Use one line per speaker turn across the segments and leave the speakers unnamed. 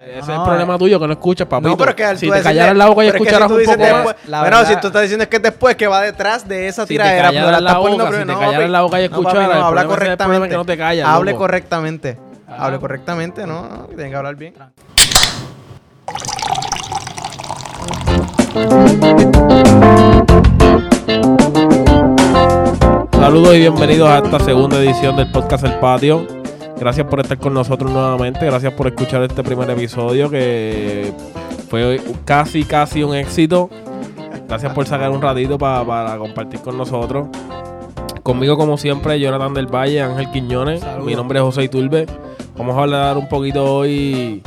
Ese es
No,
el problema
eh.
tuyo que no escuchas, papito.
No, pero es que al
si
tú
te
decirle-
callaras la boca y
pero es que si
escucharas
tú
un
dices
poco más.
después-
la
bueno,
verdad-
si tú estás diciendo es que es después que va detrás de esa
Si te
tiradera, pero
callaras
la
la
estás poniendo
boca, si te
primero.
callaras
papi,
la boca y
no, papi,
escucharas,
no,
el
habla
problema es- el problema es
correctamente.
que no te callas,
Hable
loco.
correctamente. Hable correctamente, ¿no? Tienen que hablar bien.
Saludos y bienvenidos a esta segunda edición del podcast El Patio. Gracias por estar con nosotros nuevamente. Gracias por escuchar este primer episodio que fue casi, casi un éxito. Gracias por sacar un ratito pa- para compartir con nosotros. Conmigo, como siempre, Jonathan del Valle, Ángel Quiñones.
Saludos.
Mi nombre es José Iturbe. Vamos a hablar un poquito hoy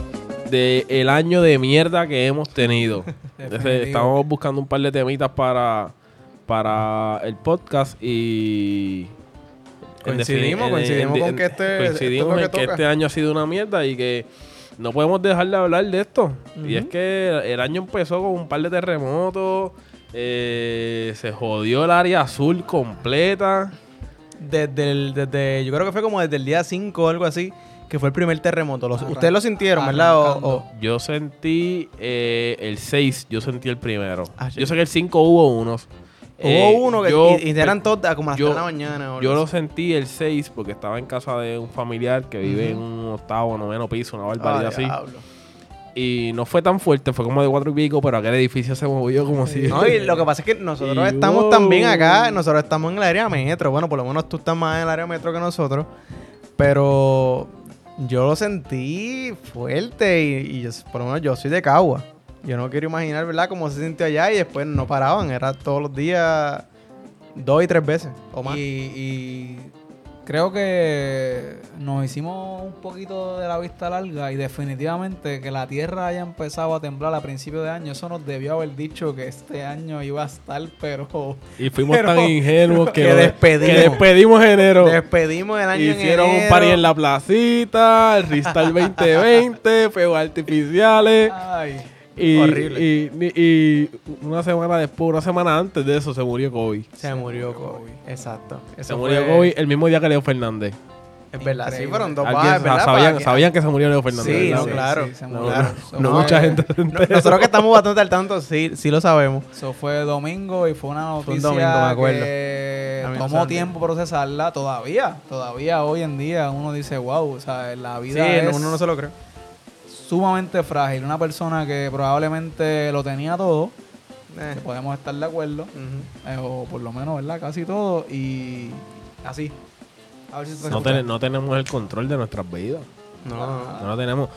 del año de mierda que hemos tenido. Entonces,
Definitivo.
estamos buscando un par de temitas para, para el podcast y... en defini-
Coincidimos,
en-
coincidimos
en-
con
en-
que este-
coincidimos
esto es lo que
en que
toca.
este año ha sido una mierda y que no podemos dejar de hablar de esto. Y es que el año empezó con un par de terremotos, eh, se jodió el área azul completa.
Desde, el, desde, yo creo que fue como desde el día 5 o algo así, que fue el primer terremoto. Los-
Arran-
ustedes lo sintieron, ¿verdad? O- o-
Yo sentí eh, el 6, yo sentí el primero.
Ah, sí.
yo sé que el 5 hubo unos.
hubo
Eh,
uno que
yo-
y- y eran todos como a las
yo-
3 de la mañana. o algo
Yo lo
así.
sentí el 6 porque estaba en casa de un familiar que vive en un octavo, noveno piso, una barbaridad
Ah,
así.
diablo.
Y no fue tan fuerte, fue como de cuatro y pico, pero aquel edificio se movió como si...
No, y lo que pasa es que nosotros
Y
estamos
wow.
también acá, nosotros estamos en el área metro. Bueno, por lo menos tú estás más en el área metro que nosotros. Pero yo lo sentí fuerte y, y yo- por lo menos yo soy de Cagua. Yo no quiero imaginar, ¿verdad?, cómo se sintió allá y después no paraban. Era todos los días dos y tres veces o más.
Y, y creo que nos hicimos un poquito de la vista larga y definitivamente que la tierra haya empezado a temblar a principio de año, eso nos debió haber dicho que este año iba a estar, pero
Y fuimos
Pero-
tan ingenuos que,
que
lo-
despedimos.
que despedimos enero.
Despedimos el año en
Hicieron un
enero.
party en la placita, el Ristal 2020, fuegos artificiales.
ay,
Y,
Horrible.
Y, y- y una semana después, una semana antes de eso, se murió Kobe.
Se murió Kobe. Exacto.
Se
Eso
murió
fue-
Kobe el mismo día que Leo Fernández.
Es verdad, sí,
Increíble.
fueron dos
Alguien-
bajas, ¿verdad?
sabían,
Para que-
sabían que se murió Leo Fernández.
Sí,
¿verdad?
no, claro.
se
No,
murió.
claro.
Eso
No,
fue-
mucha gente se
No,
enteró.
Nosotros que estamos bastante al tanto, sí, sí lo sabemos.
Eso fue domingo y fue una
Fue
noticia
un domingo, me acuerdo.
que
A mí no
tomó
saben.
tiempo procesarla todavía. Todavía hoy en día uno dice, wow, o sea, la
Sí,
vida
no,
es
uno no se lo cree.
sumamente frágil. Una persona que probablemente lo tenía todo,
Eh,
que podemos estar de acuerdo,
ujú.
eh, o por lo menos, ¿verdad? Casi todo, y así. A ver si se
No,
escucha.
ten- no tenemos el control de nuestras vidas.
No,
Ah.
No lo tenemos.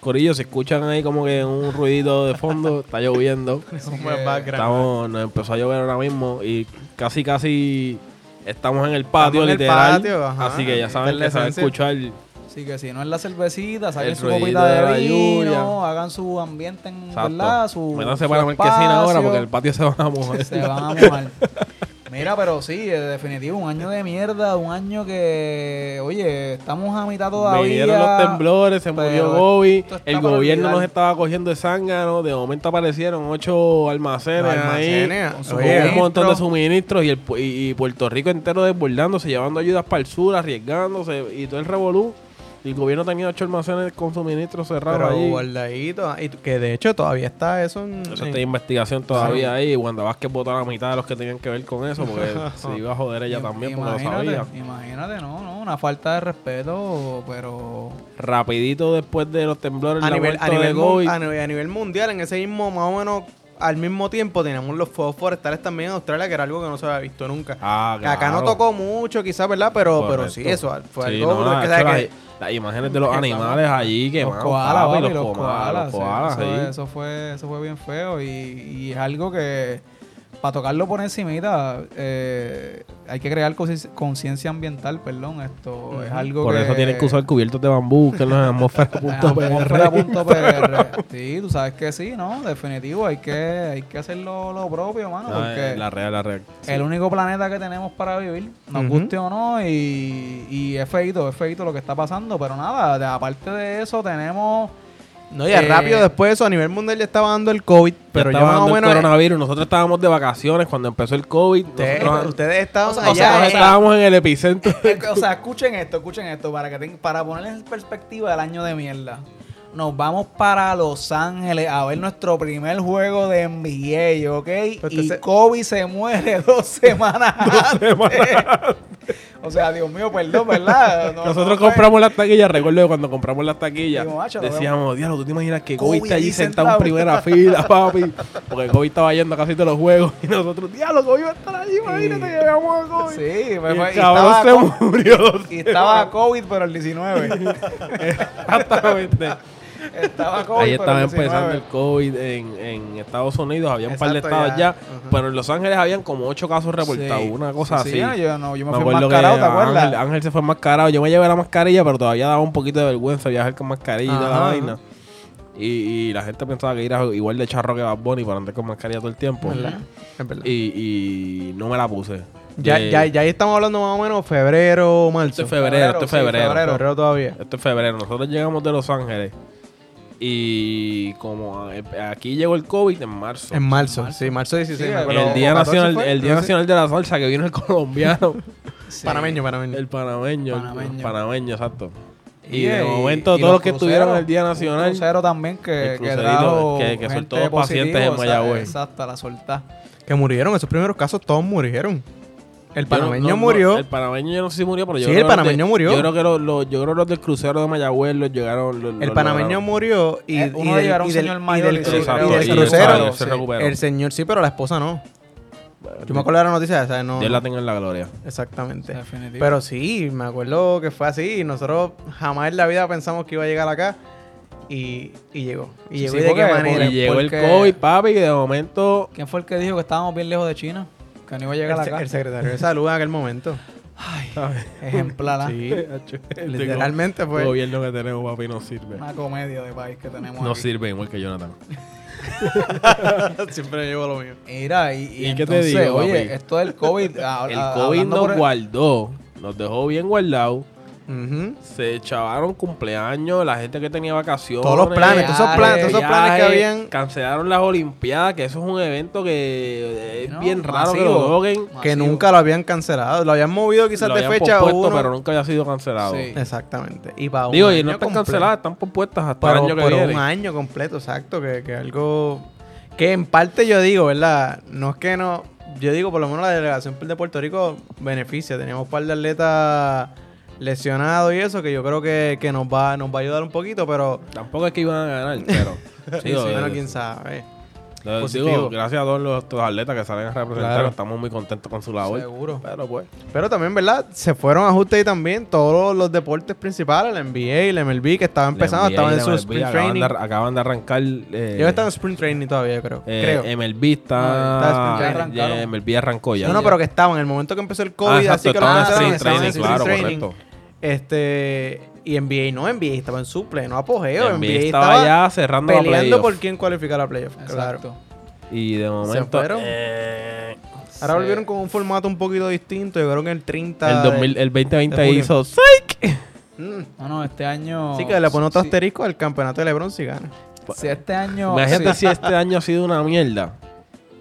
Corillo, si escuchan ahí como que un ruidito de fondo, está lloviendo.
es un
que-
buen background.
Estamos, nos empezó a llover ahora mismo y casi, casi estamos en el
Estamos
patio,
en el
literal.
patio, ajá.
así que ya saben
Esta
que
es
se
la
va a
esencia.
escuchar.
Así que si no es la cervecita,
El
saquen su
ruidito
copita
de la
de, vino,
lluvia.
hagan su ambiente en verdad,
Exacto.
su.
Métanse
su
para la marquesina ahora
espacio.
porque el patio se va a mover.
Se van a mojar. Mira, pero sí, en definitivo, un año de mierda, un año que, oye, estamos a mitad todavía.
Vinieron los temblores, se murió
pero
Gobi,
esto está
el
para
gobierno nos
olvidar.
estaba cogiendo de zángano, de momento aparecieron ocho almacenes,
Los
ahí,
almacenes,
con su
con
oye,
un montón de
Suministros.
suministros y, el, pu- y, y Puerto Rico entero desbordándose, llevando ayudas para el sur, arriesgándose y todo el revolú. Y el gobierno tenía ocho almacenes con suministros cerrados
pero
allí.
guardadito. ah, Y tú- que de hecho todavía está eso en.
Eso está
en-
en investigación todavía ahí. Wanda Vázquez votó a la mitad de los que tenían que ver con eso, porque se iba a joder ella también, porque lo
imagínate,
sabía.
Imagínate, no, no, una falta de respeto, pero
Rapidito después de los temblores,
a,
la
nivel, a,
muerte de
nivel,
Gobi,
mun- a nivel- a nivel mundial, en ese mismo, más o menos, al mismo tiempo, teníamos los fuegos forestales también en Australia, que era algo que no se había visto nunca.
Ah,
Que Acá no
claro.
tocó mucho, quizás, ¿verdad? Pero, pero
Correcto.
sí, eso fue
Sí,
algo.
no,
porque,
hecho,
¿sabes
las,
qué?
las imágenes de los animales allí que
los
van,
koalas,
papi,
papi,
los
los
koalas,
koalas,
los koalas,
sí, eso,
ahí.
eso fue, eso fue bien feo y, y es algo que para tocarlo por encimita eh, hay que crear conci- conciencia ambiental, perdón, esto es algo
Por
que
eso tienen que usar cubiertos de bambú, que no es atmósfera.pr.
atmósfera.pr. Sí, tú sabes que sí, ¿no? Definitivo, hay que, hay que hacer lo, lo propio, mano, porque
eh, La real, la real.
el único planeta que tenemos para vivir, nos
Ujú.
guste o no, y, y es feito, es feito lo que está pasando, pero nada, de- aparte de eso tenemos...
No, y
Eh,
rápido después de eso, a nivel mundial ya estaba dando el COVID, pero ya,
estaba
más
dando
o
el
menos.
coronavirus. Nosotros estábamos de vacaciones cuando empezó el COVID.
Ustedes,
Nosotros,
eh, ustedes estaban
O sea,
allá.
nosotros
ya,
eh,
estábamos en el epicentro.
Eh, o sea, escuchen esto, escuchen esto, para que ten- para ponerles en perspectiva el año de mierda. Nos vamos para Los Ángeles a ver nuestro primer juego de NBA, ¿ok?
Pero
Y
te-
Kobe se muere dos semanas antes. o sea, Dios mío, perdón, ¿verdad? No, no pues.
Nosotros
fue-
compramos las taquillas, recuerdo que cuando compramos las taquillas,
Digo, macho, lo
decíamos, diablo, ¿tú te imaginas que
Kobe
Kobe está allí
ahí
sentado en
sentado".
primera fila, papi? Porque Kobe estaba yendo a casi todos los juegos y nosotros, diablo, Kobe va a estar allí, imagínate que veamos a Kobe.
Sí, me
Y
fue-
el
y estaba
cabrón se murió.
Y estaba COVID, pero el 19.
Exactamente.
Estaba COVID.
Ahí
pero
estaba
el 19.
empezando el COVID en, en Estados Unidos, había un par de
Exacto,
estados
ya.
ya, pero en Los Ángeles habían como ocho casos reportados,
Sí.
una cosa así.
Sí, sí, no, yo, no, yo me,
Me
fui
acuerdo que
enmascarado, ¿te acuerdas?
Ángel, ah, Ángel se fue enmascarado. Yo me llevé la mascarilla, pero todavía daba un poquito de vergüenza viajar con mascarilla y toda la
Ajá.
vaina. Y, y la gente pensaba que era igual de charro que Bad Bunny para andar con mascarilla todo el tiempo.
¿Verdad? Es eh, verdad.
Y, y no me la puse.
Ya,
Eh,
ya, ya ahí estamos hablando más o menos febrero o marzo.
Esto es febrero, esto es
sí,
febrero.
febrero.
Febrero todavía.
Esto es febrero. Nosotros llegamos de Los Ángeles. Y como a- aquí llegó el COVID en marzo.
En marzo,
marzo.
sí, marzo 16.
Sí,
me acuerdo.
el
O
Día,
14
nacional,
fue,
el día
13.
Nacional de la Salsa que vino el colombiano.
Sí.
Panameño, panameño.
El panameño. el
Panameño.
panameño, exacto. Y,
Y,
de
eh,
momento,
y
todos los que
cruceros,
estuvieron el Día
Un
Nacional.
crucero también que,
El
que
crucerito,
trajo
que- que soltó
gente
pacientes
positiva,
en
o sea,
Mayagüez.
Exacto, la soltá.
Que murieron, esos primeros casos todos murieron. El
Yo no-
panameño
no- no,
murió.
el panameño yo no sé si murió, pero yo
Sí,
creo
el
que los
panameño
de-
murió.
Yo creo que los, los- yo creo que los del crucero de Mayagüez los llegaron. los-
El
los
panameño
lograron.
murió y,
Eh, uno
y
de ellos era un
y del-
señor
y
mayor
del
y
cru-
se
Exacto,
y del
y
crucero.
salió, se recuperó.
El señor sí, pero la esposa no. Yo me acuerdo de la noticia, o sea, no.
Dios la tenga en la gloria.
Exactamente.
Definitivo.
Pero sí, me acuerdo que fue así. y Nosotros jamás en la vida pensamos que iba a llegar acá. Y, y llegó. Y
Sí,
llegó
sí,
y de qué
porque-
manera.
Y llegó el
porque-
COVID, papi, y de momento.
¿Quién fue el que dijo que estábamos bien lejos de China? Que no iba a
El,
llegar
se-
acá.
el secretario de salud en aquel momento.
Ay, ejemplar. ¿ah?
Sí,
Literalmente.
literalmente
El
fue.
gobierno que tenemos, papi, no sirve.
Una comedia de país que tenemos
No
aquí.
sirve igual que Jonathan.
Siempre llevo lo mío.
Mira, y,
¿Y qué te
entonces,
digo,
oye,
papi?
esto del COVID... ah,
El
ah,
COVID
hablando por-
nos guardó, nos dejó bien guardados. Se chavaron cumpleaños, la gente que tenía vacaciones.
Todos los planes, todos esos planes, todos esos planes que
viajes,
habían.
Cancelaron las Olimpiadas, que eso es un evento que es
No,
bien raro que
masivo.
lo loguen.
Que
Masivo.
nunca lo habían cancelado. Lo habían movido quizás
Lo
de
habían
fecha o
pospuesto,
uno.
pero nunca había sido cancelado.
Sí.
Exactamente. Y para
Digo,
un
y no
año
están
completo.
canceladas, están propuestas hasta
Pero,
el año que
pero
viene.
un año completo, exacto. Que, que algo. Que en parte yo digo, ¿verdad? No es que no. Yo digo, por lo menos la delegación de Puerto Rico beneficia. Tenemos un par de atletas lesionados y eso, que yo creo que, que nos, va, nos va a ayudar un poquito, pero.
Tampoco es que iban a ganar, pero.
Sí,
digo,
sí,
eh,
bueno, quién sabe.
lo-
positivo.
digo, gracias a todos los, todos los atletas que salen a representar,
Claro.
estamos muy contentos con su labor.
Seguro.
Pero pues.
Pero también, ¿verdad? Se fueron ajustes y también todos los deportes principales, la NBA y la MLB, que estaba empezando,
la NBA
estaban
y
en
la
su
MLB
sprint
acaban
training.
de ar- acaban de arrancar. eh,
Ellos están en sprint training todavía, yo creo.
Eh,
creo.
MLB está. eh,
está- ya
arrancaron.
ya MLB arrancó ya.
no, no, pero que estaban. En el momento que empezó el
Ah,
COVID, así
exacto,
que lo
estaban en
cancelaron,
sprint
estaban en
training, claro,
sprint training.
correcto.
Este. Y NBA no, NBA estaba en su pleno apogeo.
NBA,
NBA,
estaba, ya cerrando la
peleando
playoff.
por quién cualificar a playoff. Claro.
Exacto.
Y de momento.
fueron.
eh,
Ahora
Sí.
volvieron con un formato un poquito distinto. Yo creo que el 30.
el, eh, 2000, el 2020
de
hizo. ¡Psych!
Mm.
No, no, este año...
Así que le pone otro
Sí,
asterisco al campeonato de LeBron si gana.
Si este año...
Imagínate
sí.
si este año ha sido una mierda.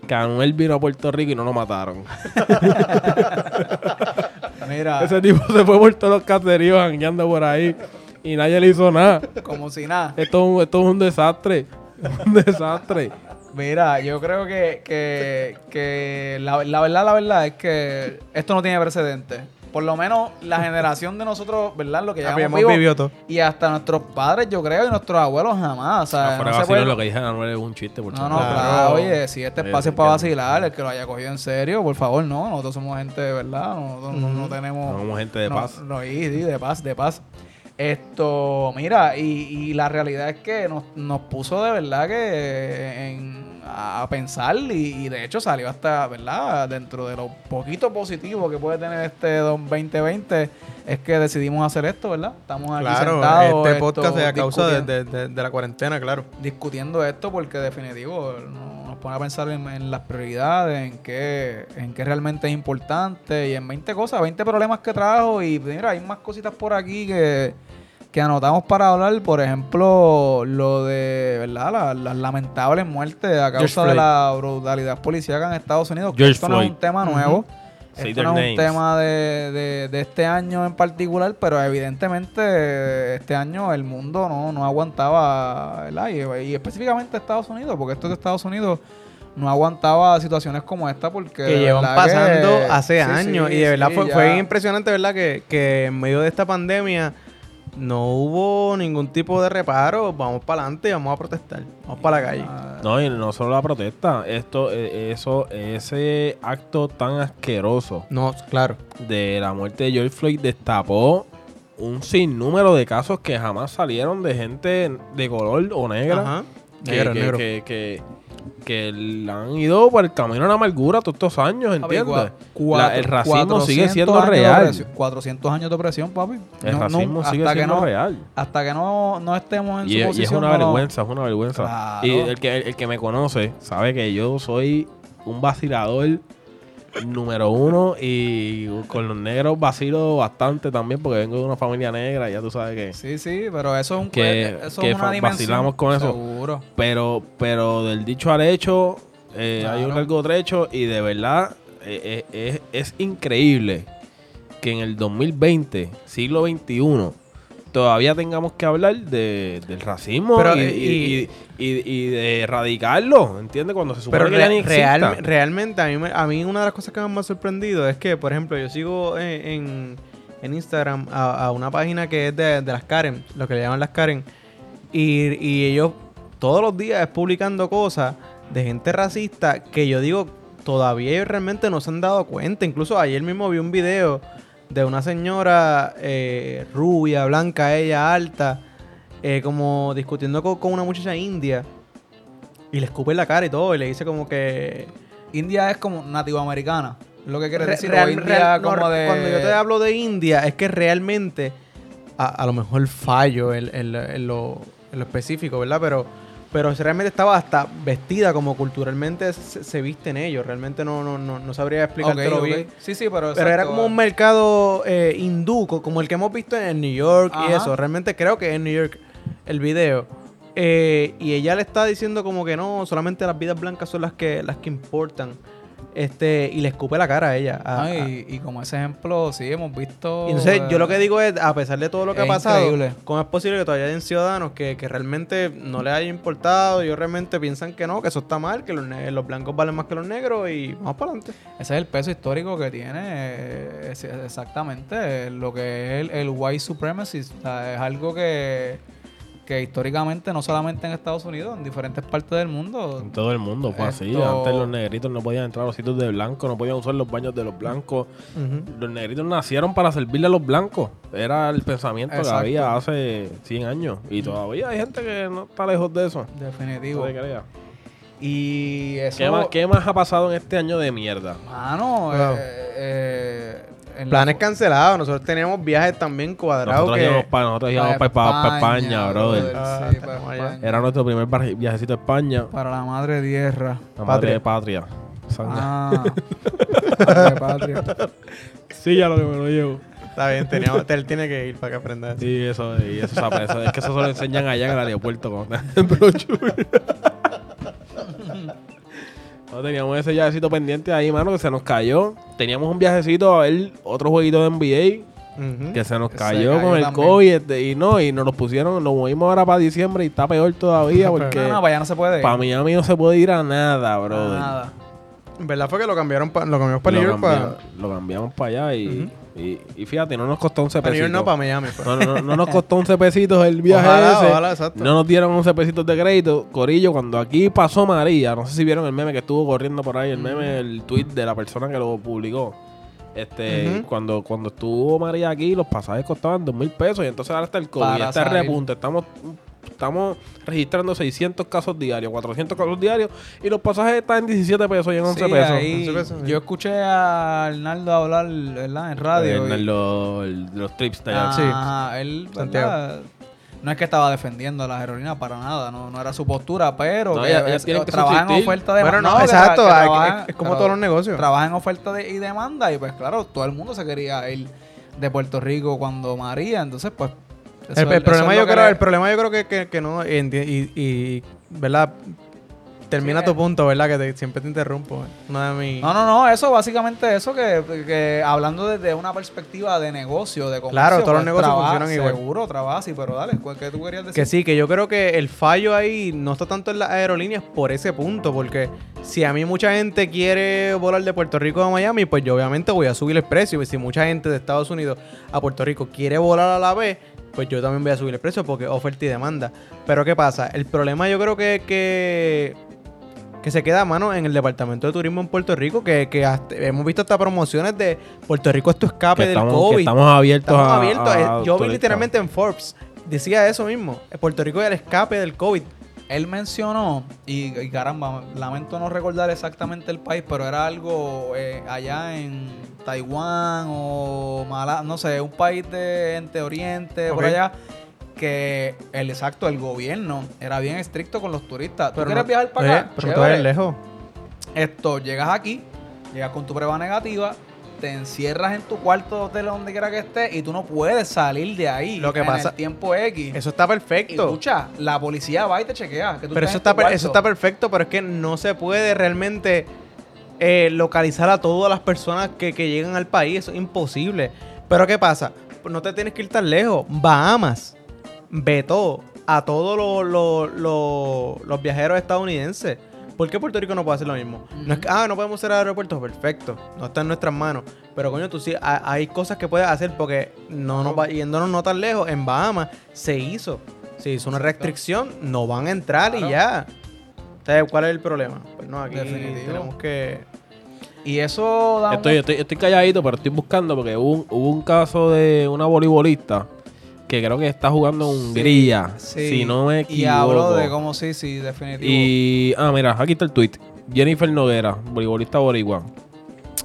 Que Anuel vino a Puerto Rico y no lo mataron.
Ah.
Mira,
Ese tipo se fue por todos los caseríos jangueando por ahí. Y nadie le hizo nada.
como si nada.
Esto, es un- esto es un desastre. Un desastre.
Mira, yo creo que, que, que la, la verdad, la verdad es que esto no tiene precedentes. Por lo menos la generación de nosotros, ¿verdad? Lo que llamamos
Habíamos vivido todo.
Y hasta nuestros padres, yo creo, y nuestros abuelos jamás. O
Ah,
sea,
Afuera
no, se
vaciló,
puede-
lo que dije a Anuel es un chiste. Por
no, no,
supuesto.
claro.
Claro.
Oye, si este
Oye, sí,
espacio es para
que-
vacilar, el que lo haya cogido en serio, por favor, no. Nosotros somos gente de verdad, nosotros no, no tenemos...
No somos gente de
no-
paz.
No, y, y de paz, de paz. Esto, mira, y, y la realidad es que nos, nos puso de verdad que en- a a pensar y, y de hecho salió hasta, ¿verdad? Dentro de lo poquito positivo que puede tener este 2020 es que decidimos hacer esto, ¿verdad? Estamos aquí
Claro,
sentados.
este
esto,
podcast es a causa de,
discutiendo-
de- de- de la cuarentena, claro.
discutiendo esto porque definitivo no- nos pone a pensar en, en las prioridades, en qué, en qué realmente es importante y en 20 cosas, 20 problemas que trajo y mira, hay más cositas por aquí que, que anotamos para hablar, por ejemplo, lo de, ¿verdad? La- Las lamentables muertes a
George
causa de
Floyd.
la brutalidad policíaca en Estados Unidos, que
George
esto no es
Floyd.
un tema nuevo.
Say
Esto
their
no es
names.
un tema de, de- de este año en particular, pero evidentemente este año el mundo no, no aguantaba, ¿verdad? Y, y específicamente Estados Unidos, porque esto de Estados Unidos no aguantaba situaciones como esta porque...
que
de
llevan
verdad que-
pasando hace
sí,
años.
sí,
y de verdad
sí,
fue,
ya.
fue impresionante, ¿verdad? Que, que en medio de esta pandemia no hubo ningún tipo de reparo. Vamos para adelante, vamos a protestar. Vamos para la calle.
Ah,
No, y no solo la protesta, esto, eh, eso, ese acto tan asqueroso
No, claro.
de la muerte de George Floyd destapó un sinnúmero de casos que jamás salieron de gente de color o negra.
Ajá.
que,
Negro,
que,
negro.
Que, que- que le han ido por el camino de la amargura todos estos años,
papi,
¿entiendes?
cua-
La- el racismo
400
sigue siendo
años de
real.
opresión- 400 años de opresión, papi.
El
No- no-
racismo sigue
hasta que
siendo
no-
real.
Hasta que no, no estemos en
Y,
su
es- y
posición.
es una
no lo-
vergüenza, es una vergüenza.
Claro.
Y el que, el que me conoce sabe que yo soy un vacilador número uno y con los negros vacilo bastante también porque vengo de una familia negra, ya tú sabes que...
Sí, sí, pero eso es un
Que-
eh, eso
que
es una
fa-
dimensión.
vacilamos con eso.
Seguro.
Pero, pero del dicho al hecho, eh, hay un
Claro.
largo trecho y de verdad eh, eh, es, es increíble que en el 2020, siglo XXI, todavía tengamos que hablar de, del racismo
Pero,
y,
eh,
y- y- y de erradicarlo, ¿entiendes? Cuando se supone
Pero
que ya ni
re- real-
exista.
realmente a mí, me- a mí una de las cosas que más me ha sorprendido es que, por ejemplo, yo sigo en, en- en Instagram a, a una página que es de, de las Karen, lo que le llaman las Karen, y, y ellos todos los días es publicando cosas de gente racista que yo digo, todavía ellos realmente no se han dado cuenta. Incluso ayer mismo vi un video de una señora eh, rubia, blanca, ella alta, eh, como discutiendo co- con, una muchacha india. Y le escupe en la cara y todo, y le dice como que...
India es como nativoamericana. es Lo que quiere
Re-
decir.
real-
o India
real- no,
como de.
Cuando yo te hablo de India, es que realmente, a, a lo mejor fallo en, en lo- en lo, en lo específico, ¿verdad? Pero, pero si realmente estaba hasta vestida como culturalmente se, se visten ellos. Realmente no, no, no, no sabría explicártelo
Ok, ok.
bien.
Sí, sí, pero.
Pero era
exacto.
como un mercado eh, hindú, co- como el que hemos visto en New York y
Ajá.
eso. Realmente creo que es en New York el video. Eh, y ella le está diciendo como que no, solamente las vidas blancas son las que, las que importan. Este, y le escupe la cara a ella. a-
Ah,
a-
y, y como ese ejemplo, sí, hemos visto.
y entonces, yo lo que
eh,
digo es, a pesar de todo lo que
Es
ha pasado,
increíble.
¿cómo es posible que todavía hayan ciudadanos que, que realmente no les haya importado? Ellos realmente piensan que no, que eso está mal, que los, ne- los blancos valen más que los negros y vamos para adelante.
Ese es el peso histórico que tiene eh, es- es exactamente eh, lo que es el, el white supremacy. o sea, es algo que, que históricamente, no solamente en Estados Unidos, en diferentes partes del mundo.
En todo el mundo fue así.
Esto-
Antes los negritos no podían entrar a los sitios de blanco, no podían usar los baños de los blancos. Los negritos nacieron para servirle a los blancos. Era el pensamiento
Exacto.
que había hace 100 años. Y todavía hay gente que no está lejos de eso. No
Definitivo.
te creas.
Y eso.
¿Qué, más, qué más ha pasado en este año de mierda?
Mano,
Wow.
eh, eh, en
Planes
la-
cancelados, nosotros teníamos viajes también cuadrados
Nosotros
que...
íbamos para España,
pa'
España, brother.
Ah,
Sí, pa'
estamos allá.
España.
Era nuestro primer barri- viajecito a España,
Para la madre tierra.
la madre
Patria.
de patria. Sangre.
Ah. Padre, patria.
Sí, ya lo que me lo llevo.
Está bien, teníamos, él tiene que ir para que aprenda eso.
Sí, eso, y eso, sabe, eso- es que eso se lo enseñan allá en el aeropuerto. cuando están en Brochu. No teníamos ese viajecito pendiente ahí, mano, que se nos cayó. Teníamos un viajecito a ver otro jueguito de NBA
Ujú.
que se nos
Se
cayó,
cayó
con el
también.
COVID este, y no, y nos los pusieron, nos movimos ahora para diciembre y está peor todavía porque
No, no, para allá no se puede. ir.
para Miami no se puede ir a nada, bro.
pues, Nada.
En ¿Verdad fue que lo cambiaron pa- lo cambiamos para
lo,
New York?
cambiamos,
Para
lo cambiamos para allá y,
Ujú.
y- y fíjate, no nos costó 11
para New
pesitos.
York no, para Miami. pues.
No, no, no, no nos costó 11 pesitos el viaje
Ojalá,
ese.
ojalá, exacto.
No nos dieron 11 pesitos de crédito. Corillo, cuando aquí pasó María, no sé si vieron el meme que estuvo corriendo por ahí, el meme,
Mm.
el tweet de la persona que lo publicó. Este,
Ujú.
cuando, cuando estuvo María aquí, los pasajes costaban 2 mil pesos. Y entonces ahora está el COVID,
Para
está el
salir.
repunte. Estamos, estamos registrando 600 casos diarios, 400 casos diarios. Y los pasajes están en 17 pesos y en 11
Sí,
pesos.
ahí
11 pesos, sí.
yo escuché a Arnaldo hablar, ¿verdad? En radio.
Eh,
y-
los, los trips de
Ah,
allá.
Ajá, Ah, él,
Santiago.
¿verdad? No es que estaba defendiendo a las aerolíneas para nada, no, no era su postura, pero
No,
que
ellas- ellas
es-
tienen que
trabajan en
subsistir.
oferta de
Bueno, no,
que tra-
exacto,
que
hay-
trabajan-
es- es como
pero
todos los negocios.
Trabajan en oferta de- y demanda y pues claro, todo el mundo se quería ir de Puerto Rico cuando María, entonces pues... eso
El, el
es- eso
problema
es
yo
lo que
creo,
le-
el problema yo creo que, que, que no, y, enti- y- y, ¿verdad? Termina
Sí,
tu
eh.
punto, ¿verdad? Que te- siempre te interrumpo. eh. Una de mis...
No, no, no, eso básicamente eso que, que hablando desde una perspectiva de negocio, de comercio. pues,
Claro, todos los negocios funcionan igual.
Seguro, trabaja, sí, pero dale, ¿cuál- ¿qué tú querías decir?
Que sí, que yo creo que el fallo ahí no está tanto en las aerolíneas por ese punto, porque si a mí mucha gente quiere volar de Puerto Rico a Miami, pues yo obviamente voy a subir el precio. Y si mucha gente de Estados Unidos a Puerto Rico quiere volar a la vez, pues yo también voy a subir el precio porque oferta y demanda. Pero ¿qué pasa? El problema yo creo que, que, que se queda a mano en el Departamento de Turismo en Puerto Rico, que, que hasta- hemos visto hasta promociones de Puerto Rico es tu escape
Que
del
estamos, que
COVID.
estamos abiertos
Estamos
a-
abiertos.
a
Eh, Yo vi
turistas.
literalmente en Forbes. Decía eso mismo. Eh, Puerto Rico es el escape del COVID.
Él mencionó, y, y caramba, lamento no recordar exactamente el país, pero era algo eh, allá en Taiwán o Mala, no sé, un país de Ente Oriente, por
Ok.
allá, que el exacto, el gobierno era bien estricto con los turistas. ¿Tú
Pero
quieres
no-
viajar para
Eh,
acá?
pero tú
Chévere.
eres lejos.
Esto, llegas aquí, llegas con tu prueba negativa, te encierras en tu cuarto de hotel donde quiera que estés y tú no puedes salir de ahí
Lo que
en
pasa-
el tiempo X.
Eso está
Y
perfecto.
escucha, la policía va y te chequea. que tú
Pero
estás
eso
en
está,
tu
per- eso
cuarto.
está perfecto, pero es que no se puede realmente eh, localizar a todas las personas que, que llegan al país. Eso es imposible. Pero ¿qué pasa? No te tienes que ir tan lejos. Bahamas vetó a todos los, los- los- los viajeros estadounidenses. ¿Por qué Puerto Rico no puede hacer lo mismo? No es que, ah, no podemos hacer aeropuertos, perfecto. No está en nuestras manos. Pero coño, tú sí, ha- hay cosas que puedes hacer porque no, no, va- yéndonos no tan lejos, en Bahamas se hizo. Se hizo una
Exacto.
restricción, no van a entrar y
Claro.
ya. ¿Sabes cuál es el problema? Pues no, aquí
Definitivo.
tenemos que...
Y eso da un-
Estoy, estoy, estoy calladito, pero estoy buscando porque hubo un, hubo un caso de una voleibolista que creo que está jugando en Hungría,
Sí.
si no me
Y
equivoco.
hablo de cómo sí, sí, definitivo.
Y, ah, mira, aquí está el tweet. Jennifer Noguera, voleibolista boricua.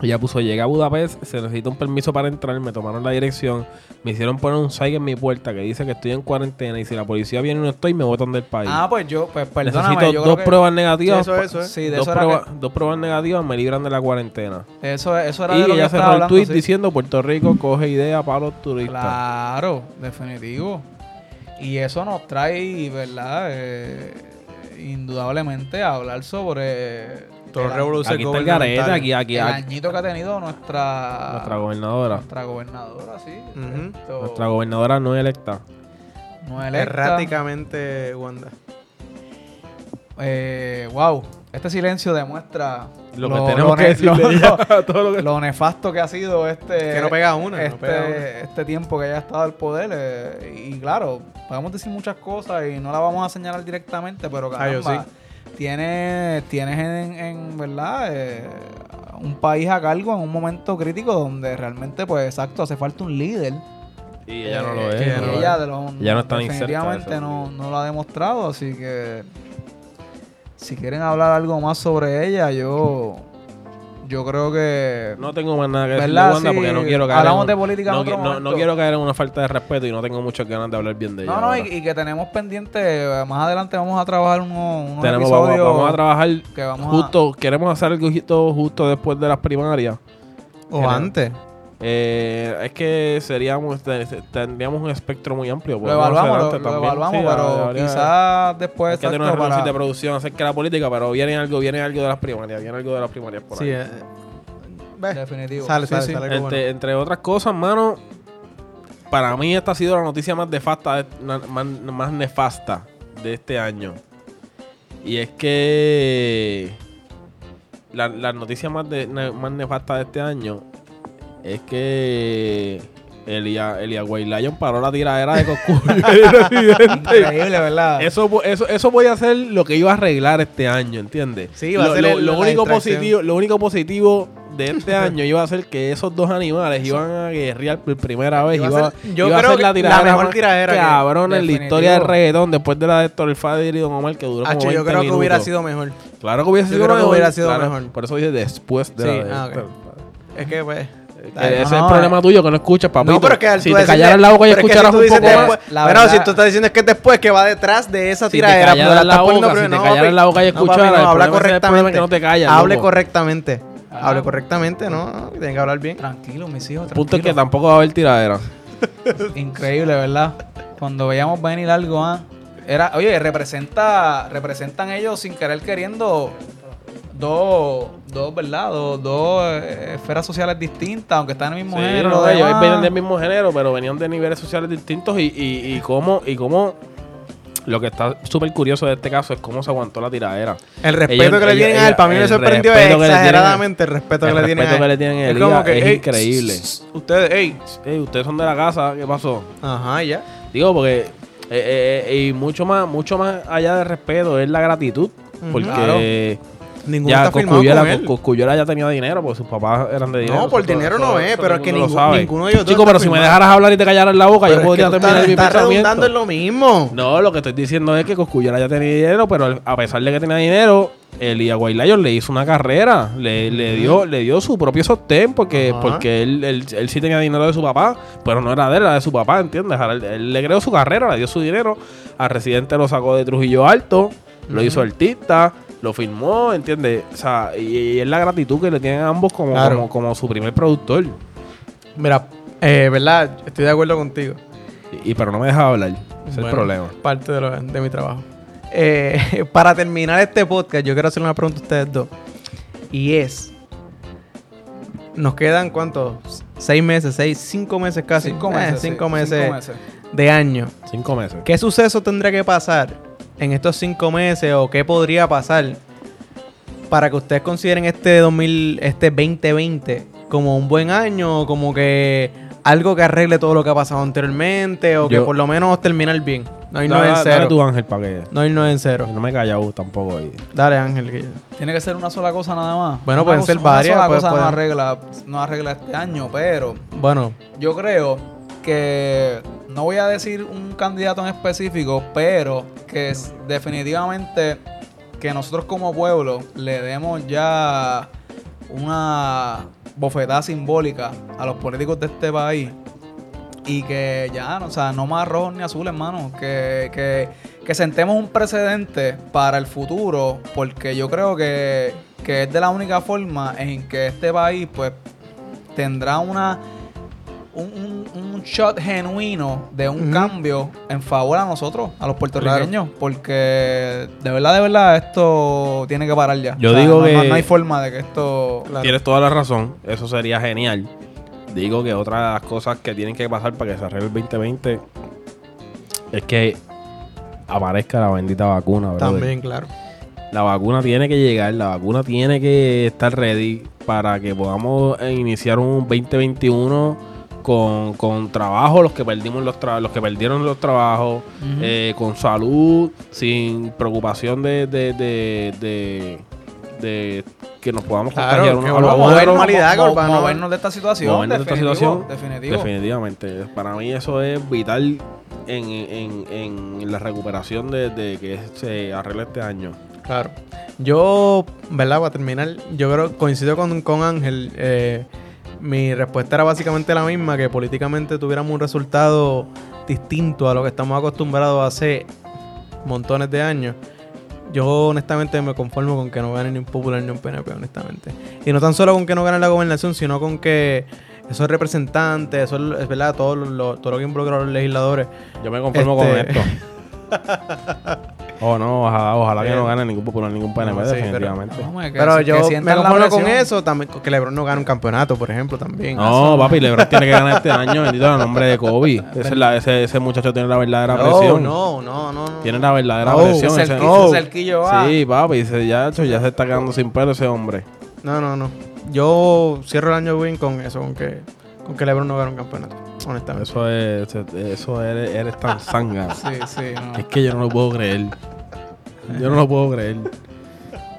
Ella puso, llegué a Budapest, se necesita un permiso para entrar, me tomaron la dirección, me hicieron poner un site en mi puerta que dice que estoy en cuarentena y si la policía viene y no estoy, me botan del país.
Ah, pues yo, pues perdóname.
Necesito
yo
dos
creo que
pruebas negativas.
Sí, eso, eso, ¿eh?
Sí, de
dos,
eso era,
pruebas, dos pruebas negativas me libran de la cuarentena.
que- eso, eso era de
Y
lo que
ella
estaba
cerró el
hablando.
tweet
sí.
diciendo Puerto Rico coge idea para los turistas.
Claro, definitivo. Y eso nos trae, ¿verdad? Eh, indudablemente a hablar sobre
Todo
el,
revolucionario.
Aquí está el garete, aquí, aquí,
el
aquí-
añito que ha tenido nuestra,
nuestra gobernadora.
nuestra gobernadora, sí.
Ujú.
Esto,
Nuestra gobernadora no electa.
no electa.
Erráticamente, Wanda.
Eh, wow, este silencio demuestra
Lo que tenemos que
ne-
decirle
lo-
ya
lo-
todo lo que-
lo nefasto que ha sido este,
Que no pega una, no
este,
pega una.
este tiempo que haya estado al poder. eh, y claro, podemos decir muchas cosas y no la vamos a señalar directamente, pero
Ah, yo
caramba, tienes, tienes en, en, verdad Eh, un país a cargo en un momento crítico donde realmente, pues exacto, hace falta un líder.
Y
Eh,
ella no lo
que
es.
ella
no lo
ella
es.
de los-
Ella no está ni cerca de
definitivamente
eso.
no, no lo ha demostrado, así que si quieren hablar algo más sobre ella, yo yo creo que
No tengo más nada que decir,
¿Verdad?
Wanda,
Sí,
porque no quiero caer.
hablamos
en-
de política en
no,
otro
qui- no-
momento.
no quiero caer en una falta de respeto y no tengo muchas ganas de hablar bien de ella.
no, no, y,
ahora.
y que tenemos pendiente, eh, más adelante vamos a trabajar unos, unos
Tenemos, vamos,
episodios
vamos a trabajar
que vamos
justo, queremos hacer algo justo, justo después de las primarias.
O
Creo.
antes.
Eh, es que seríamos, te- te- tendríamos un espectro muy amplio.
a... Lo
podemos pues, hacer
evaluamos, lo,
antes
lo
también.
evaluamos,
Sí,
pero
debería-
quizás después...
Pues,
Hay que tener una
exacto,
relación
para-
de producción acerca de la política, pero viene algo, viene algo de las primarias, viene algo de las primarias por
Sí,
ahí.
eh, ve,
Definitivo.
Sale,
Sí,
sale,
sí.
sale
Entre,
algo bueno.
entre otras cosas, mano, para mí esta ha sido la noticia más nefasta, de- na- más, más nefasta de este año. Y es que la, la noticia más, de, ne- más nefasta de este año es que Elia, Elia Guaylayon paró la tiradera de Coscuyo y Residente.
Increíble, ¿verdad?
Eso, vo- eso, eso voy a hacer lo que iba a arreglar este año, ¿entiendes?
Sí, iba a
lo,
ser
lo-
el-
lo
la
único
distracción.
positivo, lo único positivo de este año iba a ser que esos dos animales iban a guerrear por primera vez.
Iba a
iba-
ser- yo
iba a
creo
ser
que la
tiradera
mejor
más
tiradera que-
Cabrón, en la
Definitivo.
historia del reggaetón, después de la de Héctor el Father y Don Omar, que duró como
Hacho,
20
yo creo que hubiera
minutos.
sido mejor.
Claro que hubiera
yo
sido
creo que
mejor.
hubiera sido
claro,
mejor.
Por eso dije después de
Sí,
la de
ah,
Héctor.
Es que, pues...
Es que
dale.
ese es
no,
el problema
eh.
tuyo, que no escuchas, papito.
No, pero es que al
si
tú
te
decirle-
callaras la boca y
pero es que si
escucharas
tú
un
dices
poco más...
después-
la
bueno,
verdad-
si tú estás diciendo es que es después que va detrás de esa
Si te
tiradera. pero
callaras
estás
la
poniendo
boca, si te
primero. No,
callaras
papi,
la boca y escucharas,
No, papi,
el
no, habla
problema es el problema
correctamente.
que no te callas,
Hable
loco.
correctamente.
Ah.
Hable correctamente, ¿no? Tienen que hablar bien.
Tranquilo, mis hijos,
El punto es que
tranquilo.
tampoco va a haber tiradera.
Increíble, ¿verdad? Cuando veíamos venir algo, ¿ah? Era, oye, representa, representan ellos sin querer queriendo dos, dos ¿verdad? Dos, dos, eh, esferas sociales distintas, aunque están en el mismo
Sí,
género.
no,
lo
ellos
demás.
venían del mismo género, pero venían de niveles sociales distintos y, y, y cómo, y cómo lo que está súper curioso de este caso es cómo se aguantó la tiradera.
El respeto
Ellos-
que le tienen
ellos-
a él, para mí me
el
sorprendió
respeto que le tienen a-
exageradamente el respeto que
el
le tienen a
respeto que le
él.
tienen a
Es
él
como que,
es
"Ey,
increíble.
Ustedes, ey.
Ey, ustedes son de la casa, ¿qué pasó?
Ajá, ya.
Digo, porque eh, eh, eh, y mucho más, mucho más allá del respeto es la gratitud.
Ujú.
Porque
Claro. Ninguno
ya
está firmado con
Cosculluela,
él.
Cosculluela ya tenía dinero, porque sus papás eran de dinero.
No, por
Eso-
dinero
eso-
no
eso
es,
todo
pero
el
es que
mundo lo
ningún-
sabe.
ninguno de ellos dos
Chico, pero
está
si me
firmado.
dejaras hablar y te callaras la boca,
Pero
yo
es
podría
que tú
terminar
estás-
mi
estás redundando
pensamiento.
en lo mismo.
No, lo que estoy diciendo es que Cosculluela ya tenía dinero, pero al- a pesar de que tenía dinero, Elías Guaylayo le hizo una carrera, le, le dio le dio su propio sostén, porque
Ajá.
porque él, él, él sí tenía dinero de su papá, pero no era de él, era de su papá, ¿entiendes? Ahora Él, él le creó su carrera, le dio su dinero, a Residente lo sacó de Trujillo Alto, lo
Ujú.
hizo artista, lo firmó, ¿entiendes? O sea, y, y es la gratitud que le tienen a ambos como,
Claro.
como, como su primer productor.
Mira, eh, verdad, estoy de acuerdo contigo.
Y, y- pero no me deja hablar, ese es el
Bueno,
problema.
Parte de, lo- de mi trabajo. Eh, para terminar este podcast, yo quiero hacerle una pregunta a ustedes dos. Y es. Nos quedan cuántos? Seis meses, seis, cinco meses casi.
Cinco
Eh,
meses. sí,
cinco meses
cinco meses.
de año.
Cinco meses.
¿Qué suceso tendría que pasar en estos cinco meses o qué podría pasar para que ustedes consideren este 2000, este 2020 como un buen año o como que algo que arregle todo lo que ha pasado anteriormente o que
Yo-
por lo menos terminar bien? No irnos
Dale-
en
dale tú,
cero.
Ángel, para que...
No irnos en
Pero
cero.
no me he callado tampoco. ahí.
Dale, Ángel. que-
Tiene que ser una sola cosa nada más.
Bueno,
Una
pueden
cosa-
ser varias,
Una sola
puede-
cosa no
puede-
arregla, no arregla este año, pero
Bueno,
yo creo que no voy a decir un candidato en específico, pero que es definitivamente que nosotros como pueblo le demos ya una bofetada simbólica a los políticos de este país y que ya, o sea, no más rojos ni azules, hermano, que, que, que sentemos un precedente para el futuro, porque yo creo que, que es de la única forma en que este país pues tendrá una un, un- un shot genuino de un
Ujú.
cambio en favor a nosotros, a los puertorriqueños, porque de verdad, de verdad, esto tiene que parar ya.
Yo digo
no- no,
que-
no hay forma de que esto...
Tienes toda la razón. Eso sería genial. Digo que otra de las cosas que tienen que pasar para que se arregle el 2020 es que aparezca la bendita vacuna. brother.
también, claro.
La vacuna tiene que llegar, la vacuna tiene que estar ready para que podamos eh, iniciar un 2021 con, con trabajo, los que perdimos los tra- los que perdieron los trabajos,
Ujú.
eh, con salud, sin preocupación de, de, de, de- de que nos podamos
Claro,
contagiar
que
unos a los
volvamos a
otros.
ver normalidad,
mo- mo-
Corbano.
movernos de esta situación.
Movernos de esta
definitivo,
situación,
Definitivo.
Definitivamente. Para mí eso es vital en, en- en la recuperación de, de que se arregle este año.
Claro. Yo, ¿verdad? Para terminar, yo creo, coincido con, con Ángel. eh, mi respuesta era básicamente la misma, que políticamente tuviéramos un resultado distinto a lo que estamos acostumbrados hace montones de años. Yo honestamente me conformo con que no gane ni un popular ni un PNP, honestamente. Y no tan solo con que no gane la gobernación, sino con que esos representantes, esos, es verdad, todo lo, todo lo que involucra a los legisladores,
Yo me conformo
Este-
con esto. oh, no, ojalá, ojalá que
Eh,
no gane ningún popular, ningún PNP,
no, sí, pero-
definitivamente.
Vamos, que
Pero
si- que
yo me
sientan la
conformo con
presión.
eso, también con que LeBron no gane un campeonato, por ejemplo, también.
No, papi, LeBron tiene que ganar este año, bendito el nombre de Kobe. Esa es la- ese, ese muchacho tiene la verdadera
no,
Ah, presión.
no, no, no, no.
Tiene la verdadera
No,
presión.
ese
ese-
cerqui-
no.
ese cerquillo va.
Sí, papi, se, ya, hecho, ya se está quedando sin pelo ese hombre.
No, no, no. Yo cierro el año win con eso, con que, con que LeBron no gane un campeonato, honestamente.
Eso es, eso eres, eres tan sanga.
Sí, sí, no.
Es que yo no lo puedo creer. Yo no lo puedo creer.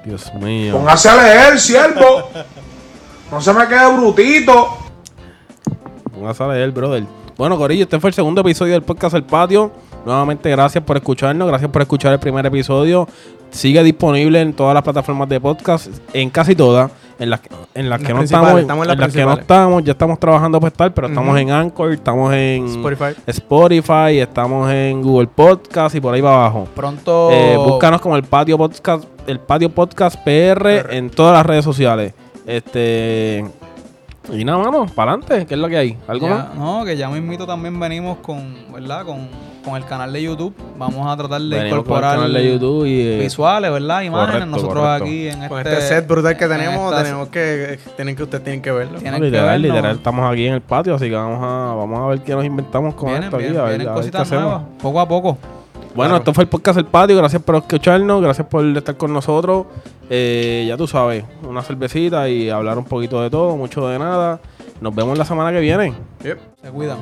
Dios mío.
Póngase a leer, siervo. No se me quede brutito.
Póngase a leer, brother. Bueno, Corillo, este fue el segundo episodio del podcast El Patio. Nuevamente, gracias por escucharnos. Gracias por escuchar el primer episodio. Sigue disponible en todas las plataformas de podcast, en casi todas. En las, que- en las
Las
que no
principales,
estamos,
estamos en
en
las
las, que no
principales.
estamos, ya estamos trabajando por estar, pero estamos
Ujú.
en Anchor, estamos en
Spotify.
Spotify, estamos en Google Podcast y por ahí va abajo.
Pronto...
Eh, búscanos como el Patio Podcast, el Patio Podcast PR en todas las redes sociales. Este y nada, vamos, para adelante, ¿qué es lo que hay? ¿Algo
Ya,
más?
No, que ya mismito también venimos con, ¿verdad? Con con el canal de YouTube vamos a tratar de
Venimos con el
incorporar
canal de YouTube y eh,
visuales, ¿verdad? Imágenes.
Correcto,
Nosotros
correcto.
aquí en este,
Con este set brutal que
en
tenemos,
esta-
tenemos que, eh, tienen que ustedes tienen que verlo.
Tienen que
literal,
vernos.
literal, estamos aquí en el patio, así que vamos a, vamos a ver qué nos inventamos con
vienen,
esto aquí.
vienen-
a ver,
vienen
a ver qué
cositas
hacemos.
nuevas, poco a poco.
Bueno,
Claro.
esto fue el podcast del patio. Gracias por escucharnos, gracias por estar con nosotros. Eh, ya tú sabes, una cervecita y hablar un poquito de todo, mucho de nada. Nos vemos la semana que viene.
Yep.
Se cuidan.